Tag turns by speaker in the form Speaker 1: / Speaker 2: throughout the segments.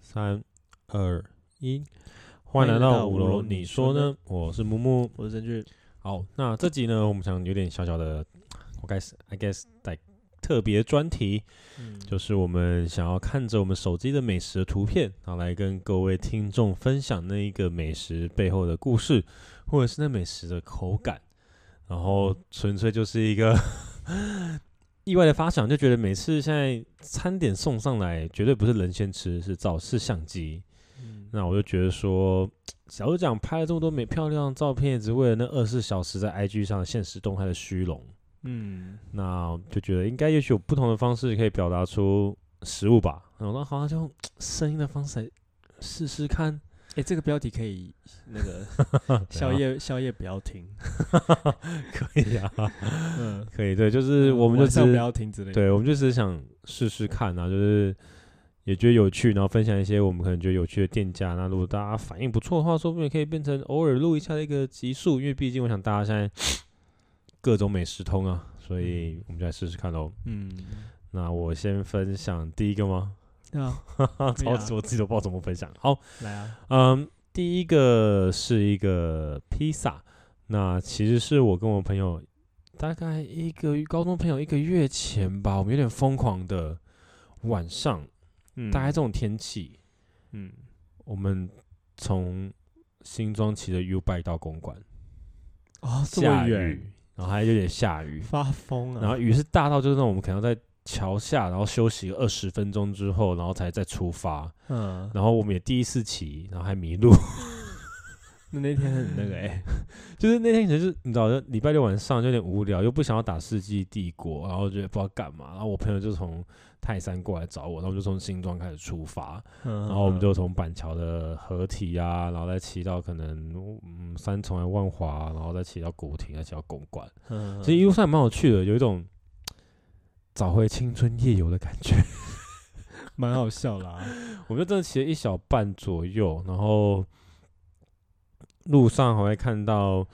Speaker 1: 三二一，欢迎来到五楼，你说呢？我是木木。
Speaker 2: 我是证据，
Speaker 1: 好，那这集呢，我们想有点小小的，我 guess I guess like 特别专题，
Speaker 2: 嗯，
Speaker 1: 就是我们想要看着我们手机的美食图片，然后来跟各位听众分享那一个美食背后的故事，或者是那美食的口感，然后纯粹就是一个 意外的发想，就觉得每次现在餐点送上来，绝对不是人先吃，是早是相机。
Speaker 2: 嗯
Speaker 1: 那我就觉得说，小鹿讲拍了这么多美漂亮的照片，也只为了那二十四小时在 IG 上现实动态的虚荣。
Speaker 2: 嗯
Speaker 1: 那就觉得应该也许有不同的方式可以表达出食物吧。然后好像就用声音的方式来试试看。
Speaker 2: 哎、这个标题可以那个宵夜宵夜不要停，
Speaker 1: 可以啊，
Speaker 2: 嗯，
Speaker 1: 可以对，就是我们就
Speaker 2: 晚
Speaker 1: 只
Speaker 2: 上不
Speaker 1: 是
Speaker 2: 要停之类的，
Speaker 1: 对，我们就只是想试试看啊，就是也觉得有趣，然后分享一些我们可能觉得有趣的店家。那如果大家反应不错的话，说不定也可以变成偶尔录一下的一个集数，因为毕竟我想大家现在各种美食通啊，所以我们就来试试看喽。
Speaker 2: 嗯，
Speaker 1: 那我先分享第一个吗？
Speaker 2: 对啊，
Speaker 1: 超我自己都不知道怎么分享。好，
Speaker 2: 来啊，
Speaker 1: 嗯，第一个是一个披萨，那其实是我跟我朋友大概一个高中朋友一个月前吧，我们有点疯狂的晚上，
Speaker 2: 嗯
Speaker 1: 大概这种天气，
Speaker 2: 嗯，
Speaker 1: 我们从新庄骑着 U bike 到公馆，
Speaker 2: 哦，这
Speaker 1: 下
Speaker 2: 么远，
Speaker 1: 雨，然后还有点下雨，
Speaker 2: 发疯啊，
Speaker 1: 然后雨是大到就是那种我们可能要在桥下，然后休息二十分钟之后，然后才再出发，
Speaker 2: 嗯，
Speaker 1: 然后我们也第一次骑，然后还迷路。
Speaker 2: 那那天很那个哎、
Speaker 1: 就是那天可能是你知道，就礼拜六晚上就有点无聊，又不想要打《世纪帝国》，然后觉得不知道干嘛，然后我朋友就从泰山过来找我，然后我们就从新庄开始出发，
Speaker 2: 嗯，
Speaker 1: 然后我们就从板桥的合体啊，然后再骑到可能嗯三重啊万华啊，然后再骑到古亭，再骑到公馆，
Speaker 2: 嗯，
Speaker 1: 其实一路上也蛮有趣的，有一种找回青春夜游的感觉。
Speaker 2: 蛮好笑啦、
Speaker 1: 我们就真的骑了一小半左右，然后路上还会看到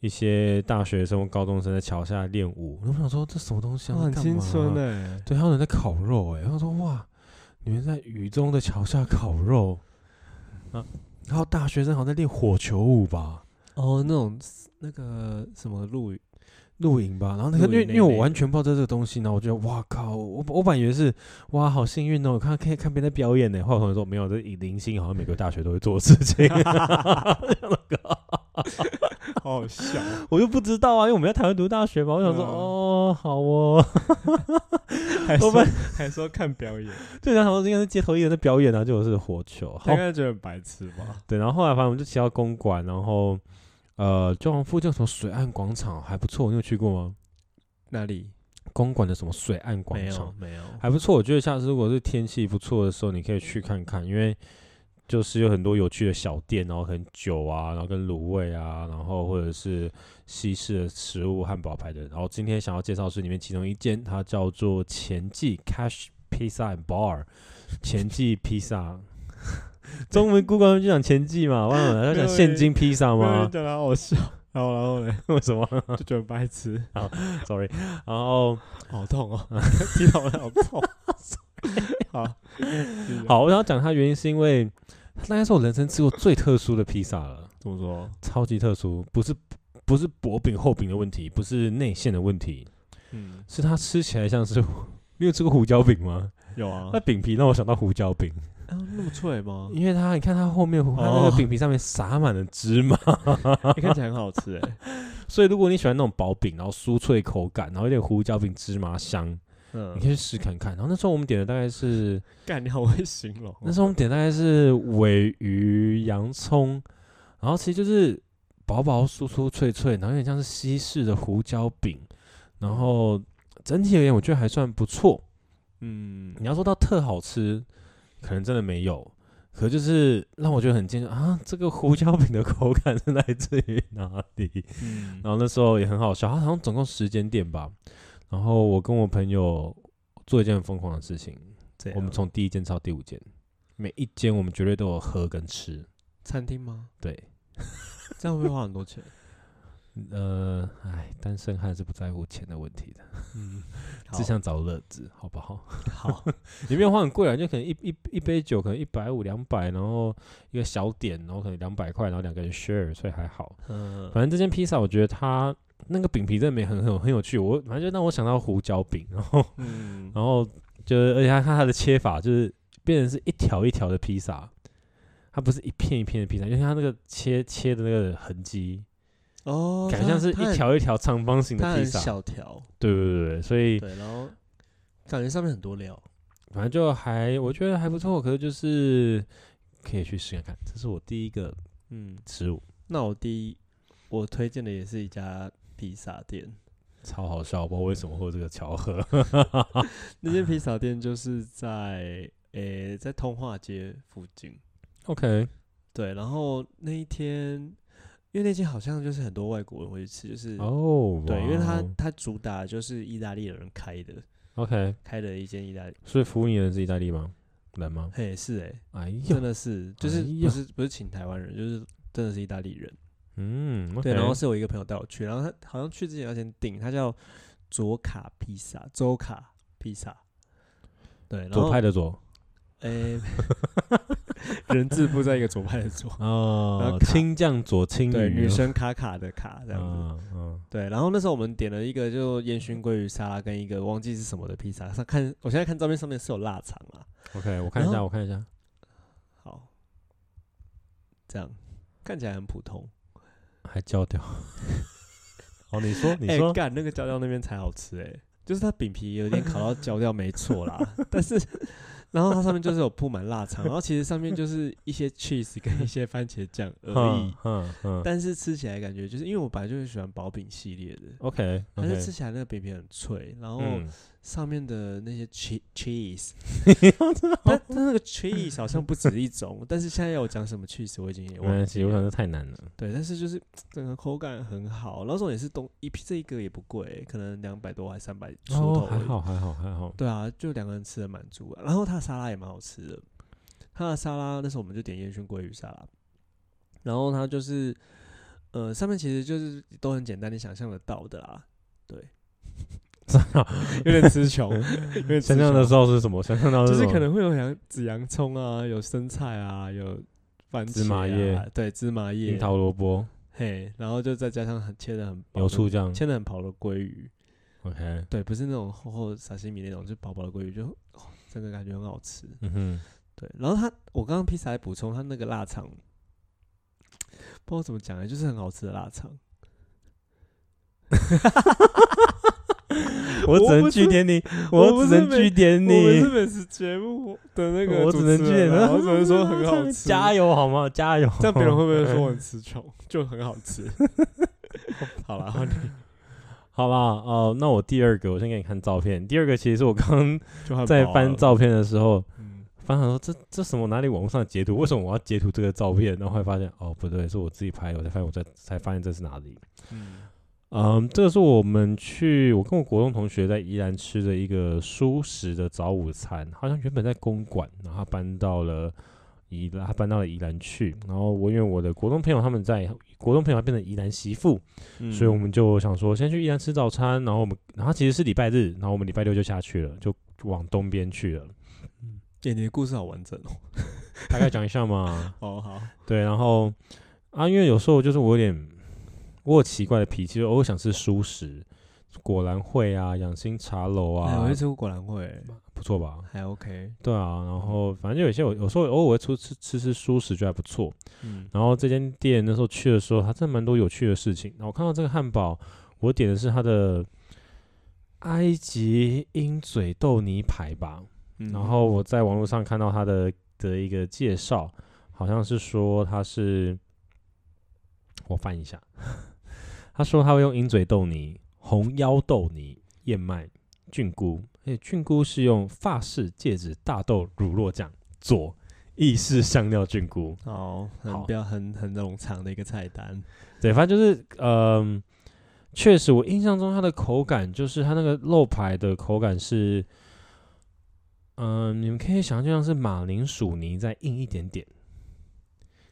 Speaker 1: 一些大学生、高中生在桥下练舞。我想说，这什么东西啊？
Speaker 2: 哇，很
Speaker 1: 在干
Speaker 2: 青
Speaker 1: 嘛
Speaker 2: 春
Speaker 1: 啊
Speaker 2: 哎、
Speaker 1: 对，还有人在烤肉、欸，哎，我想说哇，你们在雨中的桥下烤肉啊？然后大学生好像在练火球舞吧，
Speaker 2: 哦，那种那个什么陆羽，
Speaker 1: 露营吧。然后那个，因
Speaker 2: 露
Speaker 1: 为
Speaker 2: 营
Speaker 1: 因
Speaker 2: 那
Speaker 1: 为我
Speaker 2: 一类
Speaker 1: 完全不知道这个东西，然后我觉得哇靠，我我本来以为是哇好幸运哦，看可以看别人在表演呢。后来我朋友说没有，这以零星好像每个大学都会做的事情。
Speaker 2: 好好笑，
Speaker 1: 我就不知道啊，因为我们在台湾读大学嘛，我想说、
Speaker 2: 嗯
Speaker 1: 哦，好哦，
Speaker 2: 还
Speaker 1: 我
Speaker 2: 说
Speaker 1: 们
Speaker 2: 还说看表演，
Speaker 1: 就想说应该是街头艺人的表演啊，就是火球，好
Speaker 2: 大概觉得很白痴吧？
Speaker 1: 对，然后后来反正我们就骑到公馆，然后呃，就好像附近有什么水岸广场还不错，你有去过吗？
Speaker 2: 哪里？
Speaker 1: 公馆的什么水岸广
Speaker 2: 没有
Speaker 1: 场
Speaker 2: 没有，
Speaker 1: 还不错，我觉得下次如果是天气不错的时候，你可以去看看，因为就是有很多有趣的小店，然后很酒啊，然后跟卤味啊，然后或者是西式的食物汉堡排的。然后今天想要介绍是里面其中一间，它叫做前记 Cash Pizza and Bar，前记披萨。 中文 Google 就讲前记嘛，忘了他
Speaker 2: 没有
Speaker 1: 讲现金披萨
Speaker 2: 没有
Speaker 1: 吗
Speaker 2: 人？讲得好好 笑，然后然后嘞，
Speaker 1: 为什么
Speaker 2: 就觉得 白痴，
Speaker 1: ？Sorry，然后
Speaker 2: 好痛 哦，听到了好痛。好，继续，
Speaker 1: 好，我想讲它原因是因为它大概是我人生吃过最特殊的披萨了。
Speaker 2: 怎么说？
Speaker 1: 超级特殊，不是不是薄饼厚饼的问题，不是内馅的问题，
Speaker 2: 嗯，
Speaker 1: 是它吃起来像是。 你有吃过胡椒饼吗？
Speaker 2: 有啊
Speaker 1: 那，饼皮让我想到胡椒饼，
Speaker 2: 啊那么脆吗？
Speaker 1: 因为它你看它后面它那
Speaker 2: 哦
Speaker 1: 个饼皮上面撒满了芝麻，
Speaker 2: 你看起来很好 吃哎，
Speaker 1: 所以如果你喜欢那种薄饼，然后酥脆口感，然后有点胡椒饼芝麻香，
Speaker 2: 嗯
Speaker 1: 你，可以去试看看。然后那时候我们点的大概是，
Speaker 2: 干你好会形容哦，
Speaker 1: 那时候我们点大概是尾鱼、洋葱，然后其实就是薄薄、酥酥、脆脆，然后有点像是西式的胡椒饼，然后整体而言我觉得还算不错。
Speaker 2: 嗯
Speaker 1: 你要说到特好吃，可能真的没有，可就是让我觉得很惊讶啊，这个胡椒饼的口感是来自于哪里？
Speaker 2: 嗯
Speaker 1: 然后那时候也很好笑，它好像总共十间店吧。然后我跟我朋友做一件很疯狂的事情，
Speaker 2: 怎样
Speaker 1: 我们从第一间吃到第五间，每一间我们绝对都有喝跟吃。
Speaker 2: 餐厅吗？
Speaker 1: 对，
Speaker 2: 这样会不会花很多钱。
Speaker 1: 呃，哎，单身汉是不在乎钱的问题的，
Speaker 2: 嗯，
Speaker 1: 只想找乐子，好不好？
Speaker 2: 好，
Speaker 1: 也没有花很贵啊，就可能一一一杯酒可能一百五、两百，然后一个小点，然后可能两百块，然后两个人 share，所以还好。
Speaker 2: 嗯，
Speaker 1: 反正这间披萨，我觉得它那个饼皮真的没很很有很有趣，我反正就让我想到胡椒饼，然后
Speaker 2: 嗯，
Speaker 1: 然后就是而且它它的切法就是变成是一条一条的披萨，它不是一片一片的披萨，因为它那个切切的那个痕迹，
Speaker 2: 哦，
Speaker 1: 感觉
Speaker 2: 它
Speaker 1: 像是
Speaker 2: 它
Speaker 1: 一
Speaker 2: 很
Speaker 1: 条一条长方形
Speaker 2: 它
Speaker 1: 的披
Speaker 2: 很
Speaker 1: 萨。
Speaker 2: 小条，
Speaker 1: 对对对对，所以
Speaker 2: 对，然后感觉上面很多料，
Speaker 1: 反正就还我觉得还不错，可是就是可以去试看看，这是我第一个
Speaker 2: 嗯，
Speaker 1: 食物，
Speaker 2: 那我第一我推荐的也是一家披萨 店，
Speaker 1: 超好笑，我不知道为什么会有这个巧合。
Speaker 2: 那间披萨店就是在诶、在通化街附近，
Speaker 1: OK，
Speaker 2: 对，然后那一天。因为那间好像就是很多外国人会去吃，就是
Speaker 1: 哦，
Speaker 2: 对，因为
Speaker 1: 哇
Speaker 2: 它
Speaker 1: 哦
Speaker 2: 它主打就是意大利人开的，
Speaker 1: OK，
Speaker 2: 开的一间意大利，
Speaker 1: 所以服务你的人是意大利吗？人吗？
Speaker 2: 嘿，是哎、
Speaker 1: 哎呦
Speaker 2: 真，的是，就是
Speaker 1: 哎
Speaker 2: 不
Speaker 1: 呦
Speaker 2: 是不是请台湾人，就是真的是意大利人。
Speaker 1: 嗯，OK，
Speaker 2: 对，然后是我一个朋友带我去，然后他好像去之前要先订，他叫佐卡披萨，周卡披萨。对，然
Speaker 1: 左
Speaker 2: 后
Speaker 1: 派的左，
Speaker 2: 诶， 人字部在一个左派的 左，然
Speaker 1: 哦
Speaker 2: 后，卡
Speaker 1: 青酱左青
Speaker 2: 对，
Speaker 1: 鱼
Speaker 2: 女生卡卡的卡这样子。
Speaker 1: 嗯嗯，
Speaker 2: 对，然后那时候我们点了一个就烟熏鲑鱼沙拉跟一个忘记是什么的披萨，上看我现在看照片上面是有腊肠啊，
Speaker 1: OK，我看一
Speaker 2: 然
Speaker 1: 下，
Speaker 2: 后
Speaker 1: 我看一下，
Speaker 2: 好，这样看起来很普通。
Speaker 1: 还焦 掉。哦，你 说，你
Speaker 2: 哎，
Speaker 1: 说，
Speaker 2: 干、那个焦掉那边才好吃哎、就是它饼皮有点烤到焦掉，没错 啦。但是，然后它上面就是有铺满腊肠，然后其实上面就是一些 cheese 跟一些番茄酱而
Speaker 1: 嗯
Speaker 2: 已。
Speaker 1: 嗯嗯
Speaker 2: 但是吃起来感觉就是因为我本来就是喜欢薄饼系列的，
Speaker 1: ，OK，
Speaker 2: 但是吃起来那个饼皮很脆，然后
Speaker 1: 嗯，
Speaker 2: 上面的那些 che cheese，它它那个 cheese 好像不止一种，但是现在要我讲什么 cheese 我已经也
Speaker 1: 没
Speaker 2: 忘
Speaker 1: 关
Speaker 2: 记
Speaker 1: 系，我想
Speaker 2: 了。
Speaker 1: 这太难了。
Speaker 2: 对，但是就是整个口感很好，然后重点是东一批这一个也不贵，可能两百多还三百出头、
Speaker 1: 哦，还。好，还好，还 好。
Speaker 2: 对啊，就两个人吃的满足、啊，然后它的沙拉也蛮好吃的，它的沙拉那时候我们就点烟熏鲑鱼沙拉，然后它就是呃上面其实就是都很简单，你想象得到的啦。对， 有点词穷，有点词
Speaker 1: 想象
Speaker 2: 穷
Speaker 1: 的时候是什么？想象到
Speaker 2: 就是是
Speaker 1: 什么
Speaker 2: 可能会有洋紫洋葱啊，有生菜啊，有番茄、啊、
Speaker 1: 芝麻叶，
Speaker 2: 对，芝麻叶
Speaker 1: 樱，桃萝卜、
Speaker 2: 嘿，然后就再加上很切的很薄
Speaker 1: 油
Speaker 2: 的
Speaker 1: 醋酱
Speaker 2: 哦切的很薄的鲑鱼，
Speaker 1: ，OK，
Speaker 2: 对，不是那种厚厚沙西米那种，就薄薄的鲑鱼，就、哦、整个感觉很好吃。
Speaker 1: 嗯 哼，
Speaker 2: 对，然后它，我刚刚披萨还补充它那个腊肠，不知道怎么讲呢，就是很好吃的腊肠。
Speaker 1: 我只
Speaker 2: 不
Speaker 1: 能据
Speaker 2: 是
Speaker 1: 点你，
Speaker 2: 我
Speaker 1: 我
Speaker 2: 不
Speaker 1: 只
Speaker 2: 是
Speaker 1: 能
Speaker 2: 每
Speaker 1: 据点
Speaker 2: 我
Speaker 1: 你
Speaker 2: 们是。美食节目的那个
Speaker 1: 我
Speaker 2: 主
Speaker 1: 只能
Speaker 2: 持
Speaker 1: 去
Speaker 2: 人啊，
Speaker 1: 然后
Speaker 2: 我只能说 很好吃，
Speaker 1: 加油好吗？加油！
Speaker 2: 这样别人会不会说我很词穷？ 就很好吃。好啦，换你
Speaker 1: 好啦，哦、那我第二个，我先给你看照片。第二个其实是我刚
Speaker 2: 就换
Speaker 1: 在
Speaker 2: 宝
Speaker 1: 翻
Speaker 2: 了，
Speaker 1: 照片的时候，
Speaker 2: 嗯，
Speaker 1: 翻想说这这什么哪里网络上的截图？为什么我要截图这个照片？然后后来发现哦不对，是我自己拍的，我才发现我在才发现这是哪里。
Speaker 2: 嗯
Speaker 1: 嗯，这个是我们去我跟我国中同学在宜兰吃的一个舒适的早午餐，好像原本在公馆，然后他搬到了宜兰，他搬到了宜兰去。然后我因为我的国中朋友他们在国中朋友他变成宜兰媳妇，
Speaker 2: 嗯
Speaker 1: 所以我们就想说，先去宜兰吃早餐，然后我们，然后其实是礼拜日，然后我们礼拜六就下去了，就往东边去了。
Speaker 2: 哎，你的故事好完整哦。
Speaker 1: 大概讲一下 嘛，
Speaker 2: 哦，好，
Speaker 1: 对，然后啊，因为有时候就是我有点，我有奇怪的脾气，就偶尔想吃熟食，果然会啊，养心茶楼
Speaker 2: 哎我
Speaker 1: 啊
Speaker 2: 去，吃过果然会，欸
Speaker 1: 不错吧？
Speaker 2: 还 OK。
Speaker 1: 对啊，然后反正有一些我有时候偶尔会出吃吃吃熟食，就还不错。
Speaker 2: 嗯
Speaker 1: 然后这间店那时候去的时候，它真的蛮多有趣的事情。然后我看到这个汉堡，我点的是它的埃及鹰嘴豆泥排吧。
Speaker 2: 嗯
Speaker 1: 然后我在网络上看到它的的一个介绍，好像是说它是，我翻一下， 他说他会用鹰嘴豆泥、红腰豆泥、燕麦、菌菇，而且菌菇是用法式芥子大豆乳酪酱做意式香料菌菇。
Speaker 2: 好，
Speaker 1: 好
Speaker 2: 很比较很很冗长的一个菜单。
Speaker 1: 对，反正就是，嗯、确实，我印象中它的口感就是它那个肉排的口感是，呃嗯、你们可以想象就像是马铃薯泥再硬一点点，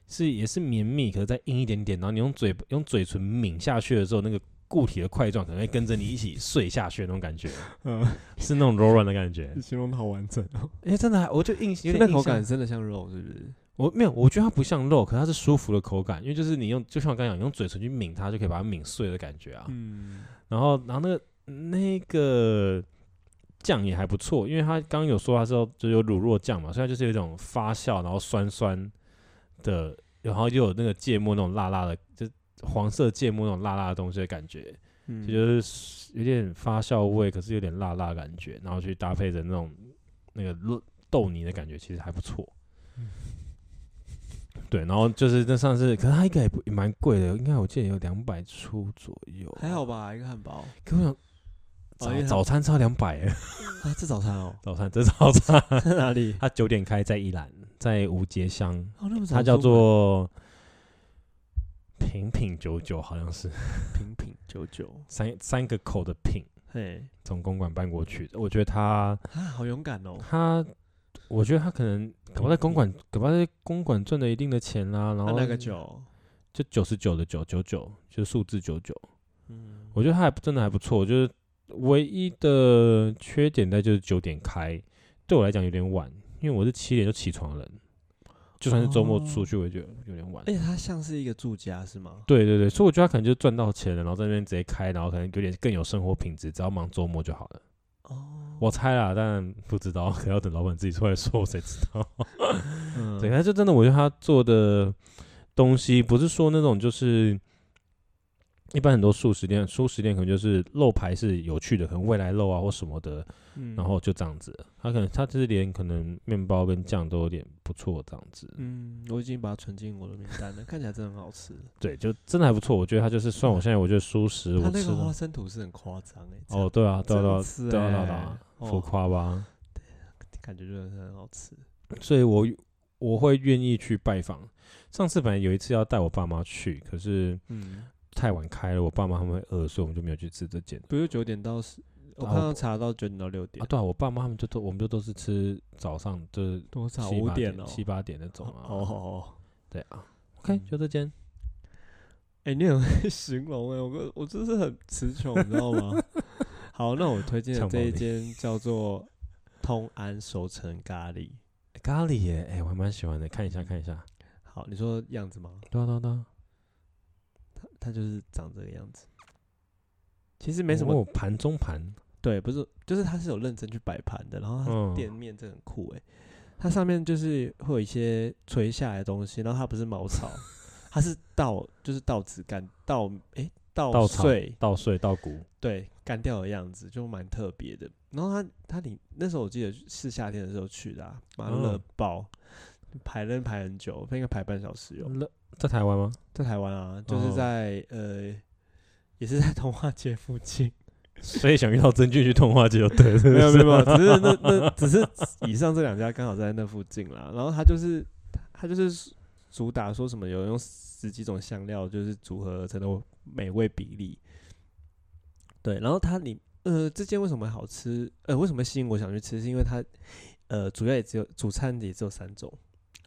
Speaker 1: 是也是绵密，可是再硬一点点，然后你用嘴用嘴唇抿下去的时候，那个固体的块状可能会跟着你一起碎下去的那种感觉，
Speaker 2: 嗯，
Speaker 1: 是那种柔软的感 觉。
Speaker 2: 形容的好完整哦。
Speaker 1: 哎、真的还，我就印有
Speaker 2: 那
Speaker 1: 点
Speaker 2: 口
Speaker 1: 印象
Speaker 2: 感真的像肉，是不是？
Speaker 1: 我没有，我觉得它不像肉，可是它是舒服的口感，因为就是你用，就像我刚刚讲，你用嘴唇去抿它，就可以把它抿碎的感觉啊。
Speaker 2: 嗯，
Speaker 1: 然后，然后那个那个酱也还不错，因为它刚刚有说它是要就是有乳酪酱嘛，所以它就是有一种发酵，然后酸酸的，然后又有那个芥末那种辣辣的，就是黄色芥末那种辣辣的东西的感觉，
Speaker 2: 嗯
Speaker 1: 就就是有点发酵味，可是有点辣辣的感觉，然后去搭配着那种那个肉豆泥的感觉，其实还不错。对，然后就是那上次，可是它应该也不也蛮贵的，应该我记得有两百出左右，
Speaker 2: 还好吧，一个汉堡
Speaker 1: 可我想
Speaker 2: 哦因为
Speaker 1: 早
Speaker 2: 它
Speaker 1: 早餐超两百， ，
Speaker 2: 啊，这早餐哦
Speaker 1: 早餐这早餐，
Speaker 2: 在哪里？
Speaker 1: 它九点开在宜兰，在五节乡，
Speaker 2: 哦，那么早出门，
Speaker 1: 它叫做品品九九，好像是
Speaker 2: 品品九九，
Speaker 1: 三三个口的品，
Speaker 2: 嘿，
Speaker 1: 从公馆搬过去的。我觉得它
Speaker 2: 啊，好勇敢哦，
Speaker 1: 它，我觉得它可能搞不好在公馆，搞不好在公馆赚了一定的钱啦、然
Speaker 2: 那
Speaker 1: 后
Speaker 2: 那个酒，
Speaker 1: 就九十九的九九九，就是数字九九。
Speaker 2: 嗯，
Speaker 1: 我觉得它还真的还不错，就是唯一的缺点在就是九点开，对我来讲有点晚，因为我是七点就起床的人，就算是周末出去，我也觉得有点晚。
Speaker 2: 而且它像是一个住家是吗？
Speaker 1: 对对对，所以我觉得他可能就赚到钱了，然后在那边直接开，然后可能有点更有生活品质，只要忙周末就好了。
Speaker 2: 哦，
Speaker 1: 我猜啦，但不知道，可能要等老板自己出来说，谁知道？
Speaker 2: 嗯
Speaker 1: 对，，他就真的，我觉得他做的东西不是说那种就是一般很多素食店，素食店可能就是肉排是有趣的，可能未来肉啊或什么的，
Speaker 2: 嗯
Speaker 1: 然后就这样子。他可能他就是连可能面包跟酱都有点不错这样子，
Speaker 2: 嗯，我已经把它存进我的名单了，看起来真的很好吃。
Speaker 1: 对，就真的还不错。我觉得他就是
Speaker 2: 嗯
Speaker 1: 算我现在我觉得素食
Speaker 2: 它
Speaker 1: 我
Speaker 2: 那
Speaker 1: 吃
Speaker 2: 个花
Speaker 1: 了
Speaker 2: 生吐司很夸张哎，
Speaker 1: 哦，对啊，对啊，对啊，
Speaker 2: 吃
Speaker 1: 对啊，对啊对
Speaker 2: 哎
Speaker 1: 啊，，浮
Speaker 2: 哦
Speaker 1: 夸吧？
Speaker 2: 感觉就是很好吃。
Speaker 1: 所以我我会愿意去拜访。上次本来有一次要带我爸妈去，可是
Speaker 2: 嗯，
Speaker 1: 太晚开了，我爸妈他们会饿，所以我们就没有去吃这间。
Speaker 2: 不是九点到十，我
Speaker 1: 啊
Speaker 2: 看
Speaker 1: 我
Speaker 2: 到查到九点到六点
Speaker 1: 啊，，对啊，我爸妈他们就都，我们就都是吃早上，就是
Speaker 2: 多少
Speaker 1: 七
Speaker 2: 五
Speaker 1: 八
Speaker 2: 哦？
Speaker 1: 七八点那种啊。哦，
Speaker 2: 哦，
Speaker 1: 对啊，OK，
Speaker 2: 嗯
Speaker 1: 就这间。
Speaker 2: 哎，你很会形容哎，我我真是很词穷，你知道 吗？好，那我推荐的
Speaker 1: 呛
Speaker 2: 这
Speaker 1: 爆
Speaker 2: 一
Speaker 1: 你
Speaker 2: 间叫做通安熟成咖喱。
Speaker 1: 咖喱耶，哎、我还蛮喜欢的，看
Speaker 2: 嗯
Speaker 1: 一下看一下。
Speaker 2: 好，你说样子吗？
Speaker 1: 对啊对啊对啊，
Speaker 2: 它它就是长这个样子，其实没什么
Speaker 1: 哦盘中盘，
Speaker 2: 对，不是，就是它是有认真去摆盘的，然后它
Speaker 1: 嗯
Speaker 2: 店面这很酷诶、它上面就是会有一些垂下来的东西，然后它不是茅草，它是稻，就是稻子干稻诶稻
Speaker 1: 稻草
Speaker 2: 穗，
Speaker 1: 稻穗稻谷，
Speaker 2: 对，干掉的样子就蛮特别的。然后它它里那时候我记得是夏天的时候去的、啊，妈
Speaker 1: 嗯
Speaker 2: 热爆，排人排很久，应该排半小时有，
Speaker 1: 那在台湾吗？
Speaker 2: 在台湾啊，就是
Speaker 1: 嗯哦
Speaker 2: 在、呃也是在 童话街附近。
Speaker 1: 所以想遇到真菌去通话就对 了，是不
Speaker 2: 没有
Speaker 1: 是
Speaker 2: 没有，没有，只是那那只是以上这两家刚好在那附近啦。然后他就是他就是主打说什么有用十几种香料就是组合而成的美味比例。对，然后它里呃这间为什么好吃？呃为什么吸引我想去吃？是因为它呃主要也只有主餐也只有三种，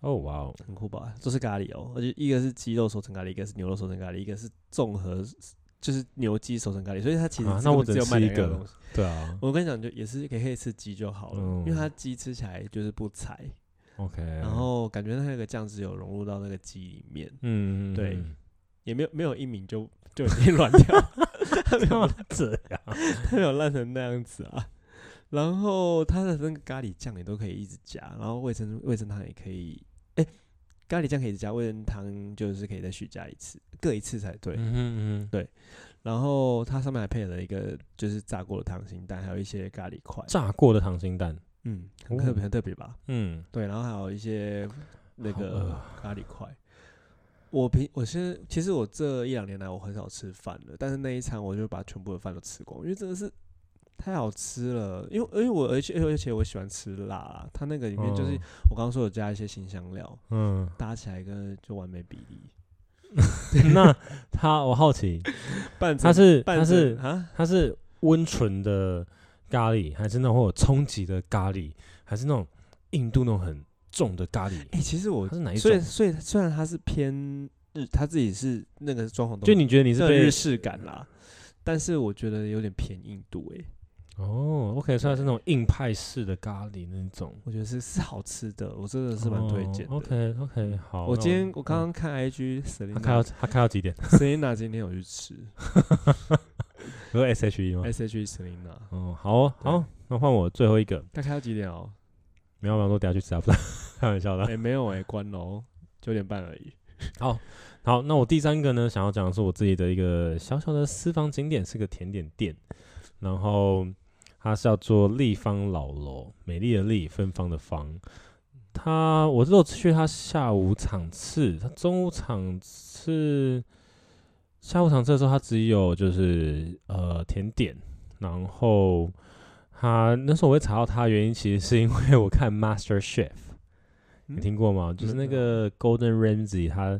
Speaker 1: 哦哇哦，
Speaker 2: 很酷吧？都是咖喱哦，而且一个是鸡肉熟成咖喱，一个是牛肉熟成咖喱，一个是综合就是牛鸡熟成咖喱，所以它其实
Speaker 1: 啊
Speaker 2: 根
Speaker 1: 那我
Speaker 2: 本只
Speaker 1: 只
Speaker 2: 有
Speaker 1: 能
Speaker 2: 卖
Speaker 1: 吃
Speaker 2: 两
Speaker 1: 一
Speaker 2: 样
Speaker 1: 个
Speaker 2: 东西。
Speaker 1: 对啊
Speaker 2: 我跟你讲，就也是也可以吃鸡就好了，因为
Speaker 1: 嗯
Speaker 2: 它鸡吃起来就是不柴，
Speaker 1: ，OK，
Speaker 2: 然后感觉它那个酱汁有融入到那个鸡里面，
Speaker 1: 嗯，嗯
Speaker 2: 对
Speaker 1: 嗯
Speaker 2: 也没有没有一 抿就就已经软掉了，它没有
Speaker 1: 这样，
Speaker 2: 它没有烂成那样子啊。然后它的那个咖喱酱也都可以一直加，然后味噌味噌汤也可以，哎、咖喱酱可以一直加，味噌汤就是可以再续加一次，各一次才对。
Speaker 1: 嗯嗯嗯，
Speaker 2: 然后它上面还配了一个就是炸过的溏心蛋，还有一些咖喱块，
Speaker 1: 炸哦过的溏心蛋，
Speaker 2: 嗯，很特别很特别吧？
Speaker 1: 嗯，
Speaker 2: 对，然后还有一些那
Speaker 1: 好
Speaker 2: 个
Speaker 1: 饿啊
Speaker 2: 咖喱块。我平我是其实我这一两年来我很少吃饭了，但是那一餐我就把全部的饭都吃光，因为真的是太好吃了。因为因为我而且而且我喜欢吃辣啦，它那个里面就是、
Speaker 1: 嗯
Speaker 2: 我刚刚说有加一些新香料，
Speaker 1: 嗯，
Speaker 2: 搭起来跟就完美比例。
Speaker 1: 那它我好奇，
Speaker 2: 半
Speaker 1: 它
Speaker 2: 成
Speaker 1: 是
Speaker 2: 半
Speaker 1: 它是
Speaker 2: 成啊，
Speaker 1: 它是温纯的咖喱，还是那种会有冲击的咖喱，还是那种印度那种很重的咖喱，
Speaker 2: 哎、其实我
Speaker 1: 它是哪一
Speaker 2: 所以
Speaker 1: 种？
Speaker 2: 所以虽然它是偏日，他自己是那个装潢都
Speaker 1: 就你觉得你是
Speaker 2: 更
Speaker 1: 被嗯
Speaker 2: 日式感啦，但是我觉得有点偏印度哎、
Speaker 1: 哦，OK，所以它是那种硬派式的咖喱那种，
Speaker 2: 我觉得是是好吃的，我真的是蛮推荐的。
Speaker 1: 哦 OK OK，好，
Speaker 2: 我
Speaker 1: 那
Speaker 2: 今天我刚
Speaker 1: 嗯
Speaker 2: 刚看 IG
Speaker 1: 他开到
Speaker 2: Selina
Speaker 1: 他开到几点？
Speaker 2: Selina 今天有去吃
Speaker 1: 有 SHE 吗？
Speaker 2: SHE Selina，
Speaker 1: 哦，好哦好，那换我最后一个，
Speaker 2: 大概要几点哦？
Speaker 1: 没有，没有，我等下去吃啊，不是开玩笑的
Speaker 2: 哎、。没有哎、关了哦，九点半而已。
Speaker 1: 好好，那我第三个呢，想要讲的是我自己的一个小小的私房景点，是个甜点店，然后它是叫做立方老楼，美丽的丽，芬芳的芳。它我只有去它下午场次，它中午场次，下午场次的时候，它只有就是呃甜点，然后它那时候我会查到它的原因，其实是因为我看 Master Chef。
Speaker 2: 嗯
Speaker 1: 你听过吗？就是那
Speaker 2: 没有
Speaker 1: 个 Golden Ramsy，他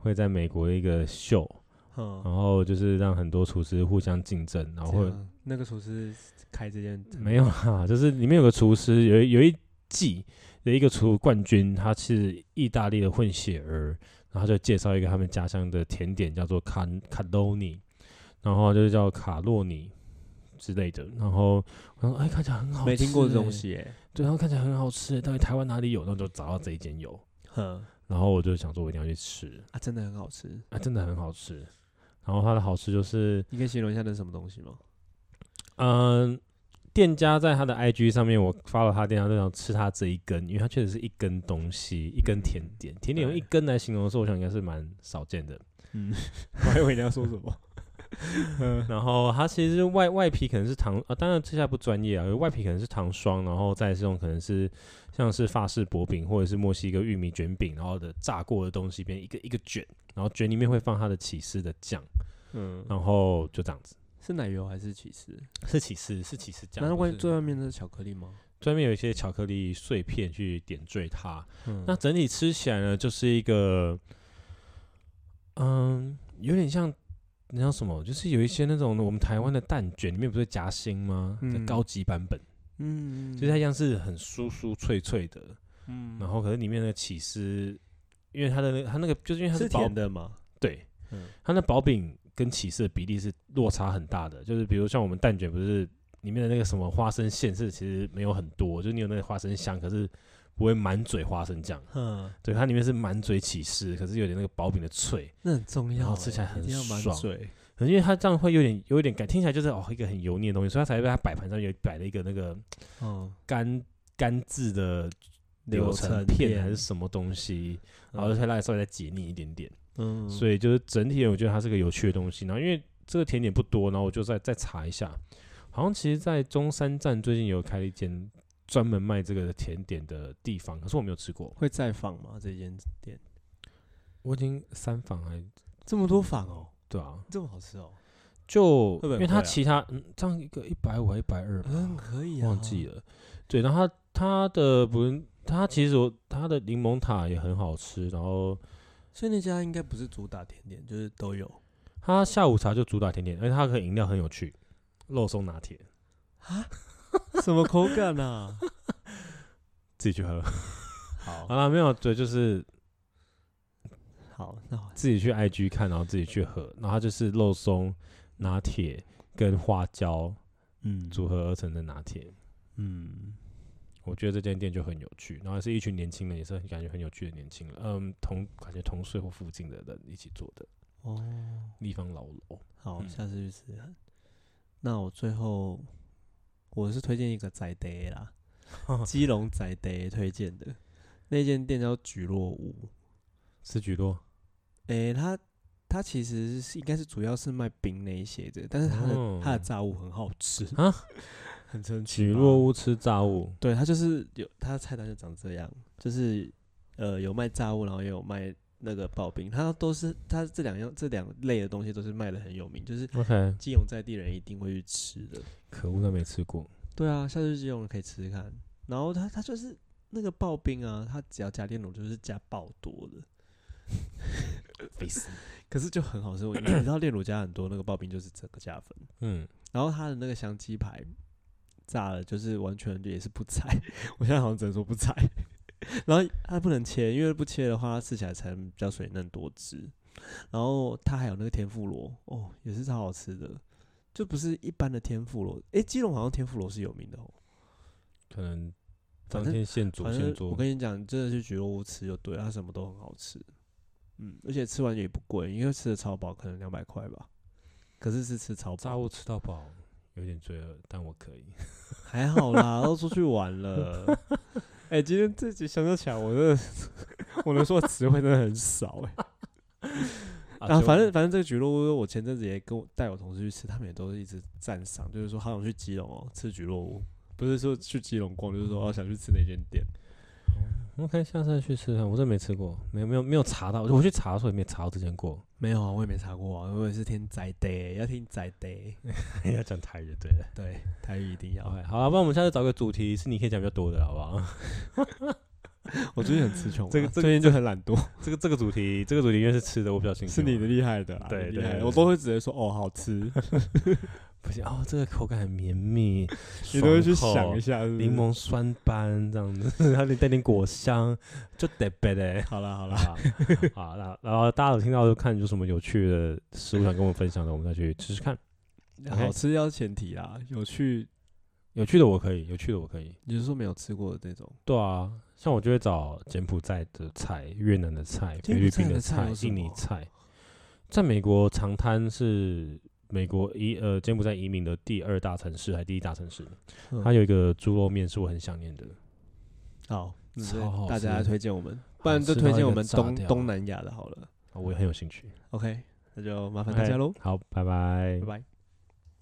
Speaker 1: 会在美国的一个秀，
Speaker 2: 嗯，
Speaker 1: 然后就是让很多厨师互相竞争，然后
Speaker 2: 这
Speaker 1: 会
Speaker 2: 样那个厨师开这间
Speaker 1: 没有啦，就是里面有个厨师，有一有一季有一个厨冠军，他是意大利的混血儿，然后他就介绍一个他们家乡的甜点叫做卡卡洛尼，然后就是叫卡洛尼之类的，然后我想哎看起来很好吃、
Speaker 2: 没听过这东
Speaker 1: 欸，
Speaker 2: 西哎、
Speaker 1: 对，然后看起来很好吃、欸，到底台湾哪里有？然后就找到这一间有，
Speaker 2: 哼
Speaker 1: 然后我就想说我一定要去吃。
Speaker 2: 啊，真的很好吃。
Speaker 1: 啊，真的很好吃。然后它的好吃就是，
Speaker 2: 你可以形容一下那是什么东西 吗？
Speaker 1: 嗯、店家在他的 IG 上面，我发了他店家就想吃他这一根，因为它确实是一根东西，一根甜点，甜点用
Speaker 2: 嗯对
Speaker 1: 一根来形容的时候，我想应该是蛮少见的。
Speaker 2: 嗯，我还以为你要说什 么。
Speaker 1: 然后它其实是外外皮可能是糖，啊，当然这下不专业啊，外皮可能是糖霜，然后再是用可能是像是法式薄饼或者是墨西哥玉米卷饼，然后的炸过的东西变一个一个卷，然后卷里面会放它的起司的酱，
Speaker 2: 嗯，
Speaker 1: 然后就这样子，
Speaker 2: 是奶油还是起司？
Speaker 1: 是起司是起司酱。
Speaker 2: 难
Speaker 1: 不
Speaker 2: 怪
Speaker 1: 是
Speaker 2: 最外面的是巧克力吗？
Speaker 1: 专门有一些巧克力碎片去点缀它。
Speaker 2: 嗯
Speaker 1: 那整体吃起来呢，就是一个，嗯，有点像那叫什么，就是有一些那种我们台湾的蛋卷，里面不是夹心吗？的
Speaker 2: 嗯
Speaker 1: 高级版本，
Speaker 2: 嗯，
Speaker 1: 就是它一样是很酥酥脆脆的，
Speaker 2: 嗯
Speaker 1: 然后可是里面的起司，因为它的那它那个就是因为它
Speaker 2: 嗯是
Speaker 1: 薄
Speaker 2: 甜的吗？
Speaker 1: 对，
Speaker 2: 嗯
Speaker 1: 它那薄饼跟起司的比例是落差很大的。就是比如像我们蛋卷，不是里面的那个什么花生馅是其实没有很多，就是你有那个花生香，可是不会满嘴花生酱。
Speaker 2: 嗯，
Speaker 1: 对，它里面是满嘴起司，可是有点那个薄饼的脆，
Speaker 2: 那很重要欸，
Speaker 1: 然后吃起来很
Speaker 2: 一定要满
Speaker 1: 爽
Speaker 2: 嘴。
Speaker 1: 可是因为它这样会有点有一点感，听起来就是哦一个很油腻的东西，所以它才会在它摆盘上有摆了一个那个
Speaker 2: 嗯，
Speaker 1: 干干制的
Speaker 2: 柳
Speaker 1: 柳
Speaker 2: 橙
Speaker 1: 橙片还是什么东西，然后才让它稍微再解腻一点点。
Speaker 2: 嗯，
Speaker 1: 所以就是整体我觉得它是个有趣的东西。然后因为这个甜点不多，然后我就再再查一下，好像其实，在中山站最近有开了一间专门卖这个甜点的地方，可是我没有吃过。
Speaker 2: 会再访吗？这间店
Speaker 1: 我已经三访还
Speaker 2: 这么多访哦，
Speaker 1: 对啊，
Speaker 2: 这么好吃哦，
Speaker 1: 就
Speaker 2: 会不会
Speaker 1: 因
Speaker 2: 很
Speaker 1: 为它
Speaker 2: 贵啊
Speaker 1: 其他、嗯、这样一个一百五还一百二，
Speaker 2: 嗯，可以啊，
Speaker 1: 忘记了。对，然后它它的不是它其实我它的柠檬塔也很好吃，然后
Speaker 2: 所以那家应该不是主打甜点，就是都有
Speaker 1: 它下午茶就主打甜点，而且它的饮料很有趣，肉松拿铁
Speaker 2: 啊？什么口感啊？
Speaker 1: 自己去喝。好
Speaker 2: 好
Speaker 1: 啦，没有，对，就是
Speaker 2: 好，那我
Speaker 1: 自己去 IG 看，然后自己去喝，然后它就是肉松拿铁跟花椒
Speaker 2: 嗯
Speaker 1: 组合而成的拿铁。
Speaker 2: 嗯
Speaker 1: 我觉得这间店就很有趣，然后是一群年轻人，也是很感觉很有趣的年轻人，嗯，同感觉同岁或附近的人一起做的
Speaker 2: 哦。
Speaker 1: 立方老楼。
Speaker 2: 好，
Speaker 1: 嗯
Speaker 2: 下次去吃看。那我最后我是推荐一个宅爹 啦，基隆宅爹推荐的那间店叫菊落屋。
Speaker 1: 是举多，
Speaker 2: 诶、它它其实是应该是主要是卖冰那一些的，但是它的、它的
Speaker 1: 哦
Speaker 2: 炸物很好吃
Speaker 1: 啊，
Speaker 2: 很神奇。
Speaker 1: 举落，屋吃炸物，
Speaker 2: 对，它就是有它的菜单就长这样，就是呃有卖炸物，然后也有卖那个刨冰，它都是它这两样这两类的东西都是卖的很有名，就是
Speaker 1: OK，
Speaker 2: 基隆在地人一定会去吃的。
Speaker 1: 可恶，他没吃过。
Speaker 2: 对啊，下次去基隆可以吃吃看。然后它它就是那个刨冰啊，它只要加炼乳就是加爆多的， 可是就很好吃。我你知道炼乳加很多，那个刨冰就是整个加分。
Speaker 1: 嗯，
Speaker 2: 然后它的那个香鸡排炸了，就是完全也是不踩。我现在好像只能说不踩，然后它不能切，因为不切的话，它吃起来才比较水嫩多汁。然后它还有那个天妇罗，哦，也是超好吃的，就不是一般的天妇罗。诶，基隆好像天妇罗是有名的哦。
Speaker 1: 可能
Speaker 2: 反
Speaker 1: 当
Speaker 2: 正
Speaker 1: 天现煮
Speaker 2: 反
Speaker 1: 现
Speaker 2: 正
Speaker 1: 做
Speaker 2: 我。跟你讲，真的去菊落屋吃就对了，它什么都很好吃。嗯，而且吃完也不贵，因为吃的超饱，可能两百块吧。可是是吃超
Speaker 1: 炸
Speaker 2: 饱，
Speaker 1: 物吃到饱，有点罪恶，但我 可以。
Speaker 2: 还好啦，都出去玩了。 哎、今天自己想起来，我真的 我能说的词汇真的很少哎、啊，反正反正这个菊落屋，我前阵子也跟我带我同事去吃，他们也都是一直赞赏，就是说好想去基隆哦吃菊落屋，不是说去基隆逛，就是说哦想去吃那间店。
Speaker 1: 我看下次再去吃看，我真没吃过，没有没有没有查到，我去查的时候也没查到这间过。
Speaker 2: 没有啊，我也没查过啊，我也是听宅 day，要听宅 day，
Speaker 1: 要讲台语对了。
Speaker 2: 对，台语一定要。
Speaker 1: OK，好了，不然我们下次找个主题是你可以讲比较多的，好不好？
Speaker 2: 我最近很词穷啊，
Speaker 1: 这个这个
Speaker 2: 最近就很懒惰，
Speaker 1: 这个这个主题，这个主题因为是吃的，我比较兴趣。
Speaker 2: 是你的厉害的啊，
Speaker 1: 对
Speaker 2: 你厉害
Speaker 1: 对对
Speaker 2: 我都会直接说哦 好吃，
Speaker 1: 不行哦，这个口感很绵 密，
Speaker 2: 你都会去
Speaker 1: 爽口
Speaker 2: 想一下是不是
Speaker 1: 柠。檬酸斑这样子， 还得带点果香，就得别的。
Speaker 2: 好啦好啦，
Speaker 1: 好，啊好，那然后大家有听到就看有什么有趣的食物想跟我们分享的，我们再去吃吃看。OK
Speaker 2: 好吃要前提啦，有去
Speaker 1: 有趣的我可以，有趣的我可以。
Speaker 2: 你是说没有吃过的那种，
Speaker 1: 对啊，像我就会找柬埔寨的菜、越南的菜、菲
Speaker 2: 柬
Speaker 1: 律
Speaker 2: 埔寨
Speaker 1: 宾
Speaker 2: 的菜
Speaker 1: 菜
Speaker 2: 有、什
Speaker 1: 印尼
Speaker 2: 么
Speaker 1: 菜。在美国长滩是美国移呃柬埔寨移民的第二大城市，还第一大城市。
Speaker 2: 嗯
Speaker 1: 它有一个猪肉面是我很想念的，
Speaker 2: 好，嗯
Speaker 1: 超
Speaker 2: 对
Speaker 1: 好
Speaker 2: 大
Speaker 1: 吃
Speaker 2: 家推荐我们，不
Speaker 1: 好
Speaker 2: 然就
Speaker 1: 吃
Speaker 2: 推
Speaker 1: 到
Speaker 2: 荐
Speaker 1: 一个
Speaker 2: 我们
Speaker 1: 炸
Speaker 2: 东
Speaker 1: 掉
Speaker 2: 东南亚的好了。
Speaker 1: 啊我也很有兴趣。
Speaker 2: OK，那就麻烦大
Speaker 1: OK
Speaker 2: 家喽，
Speaker 1: 好，拜拜
Speaker 2: 拜。拜。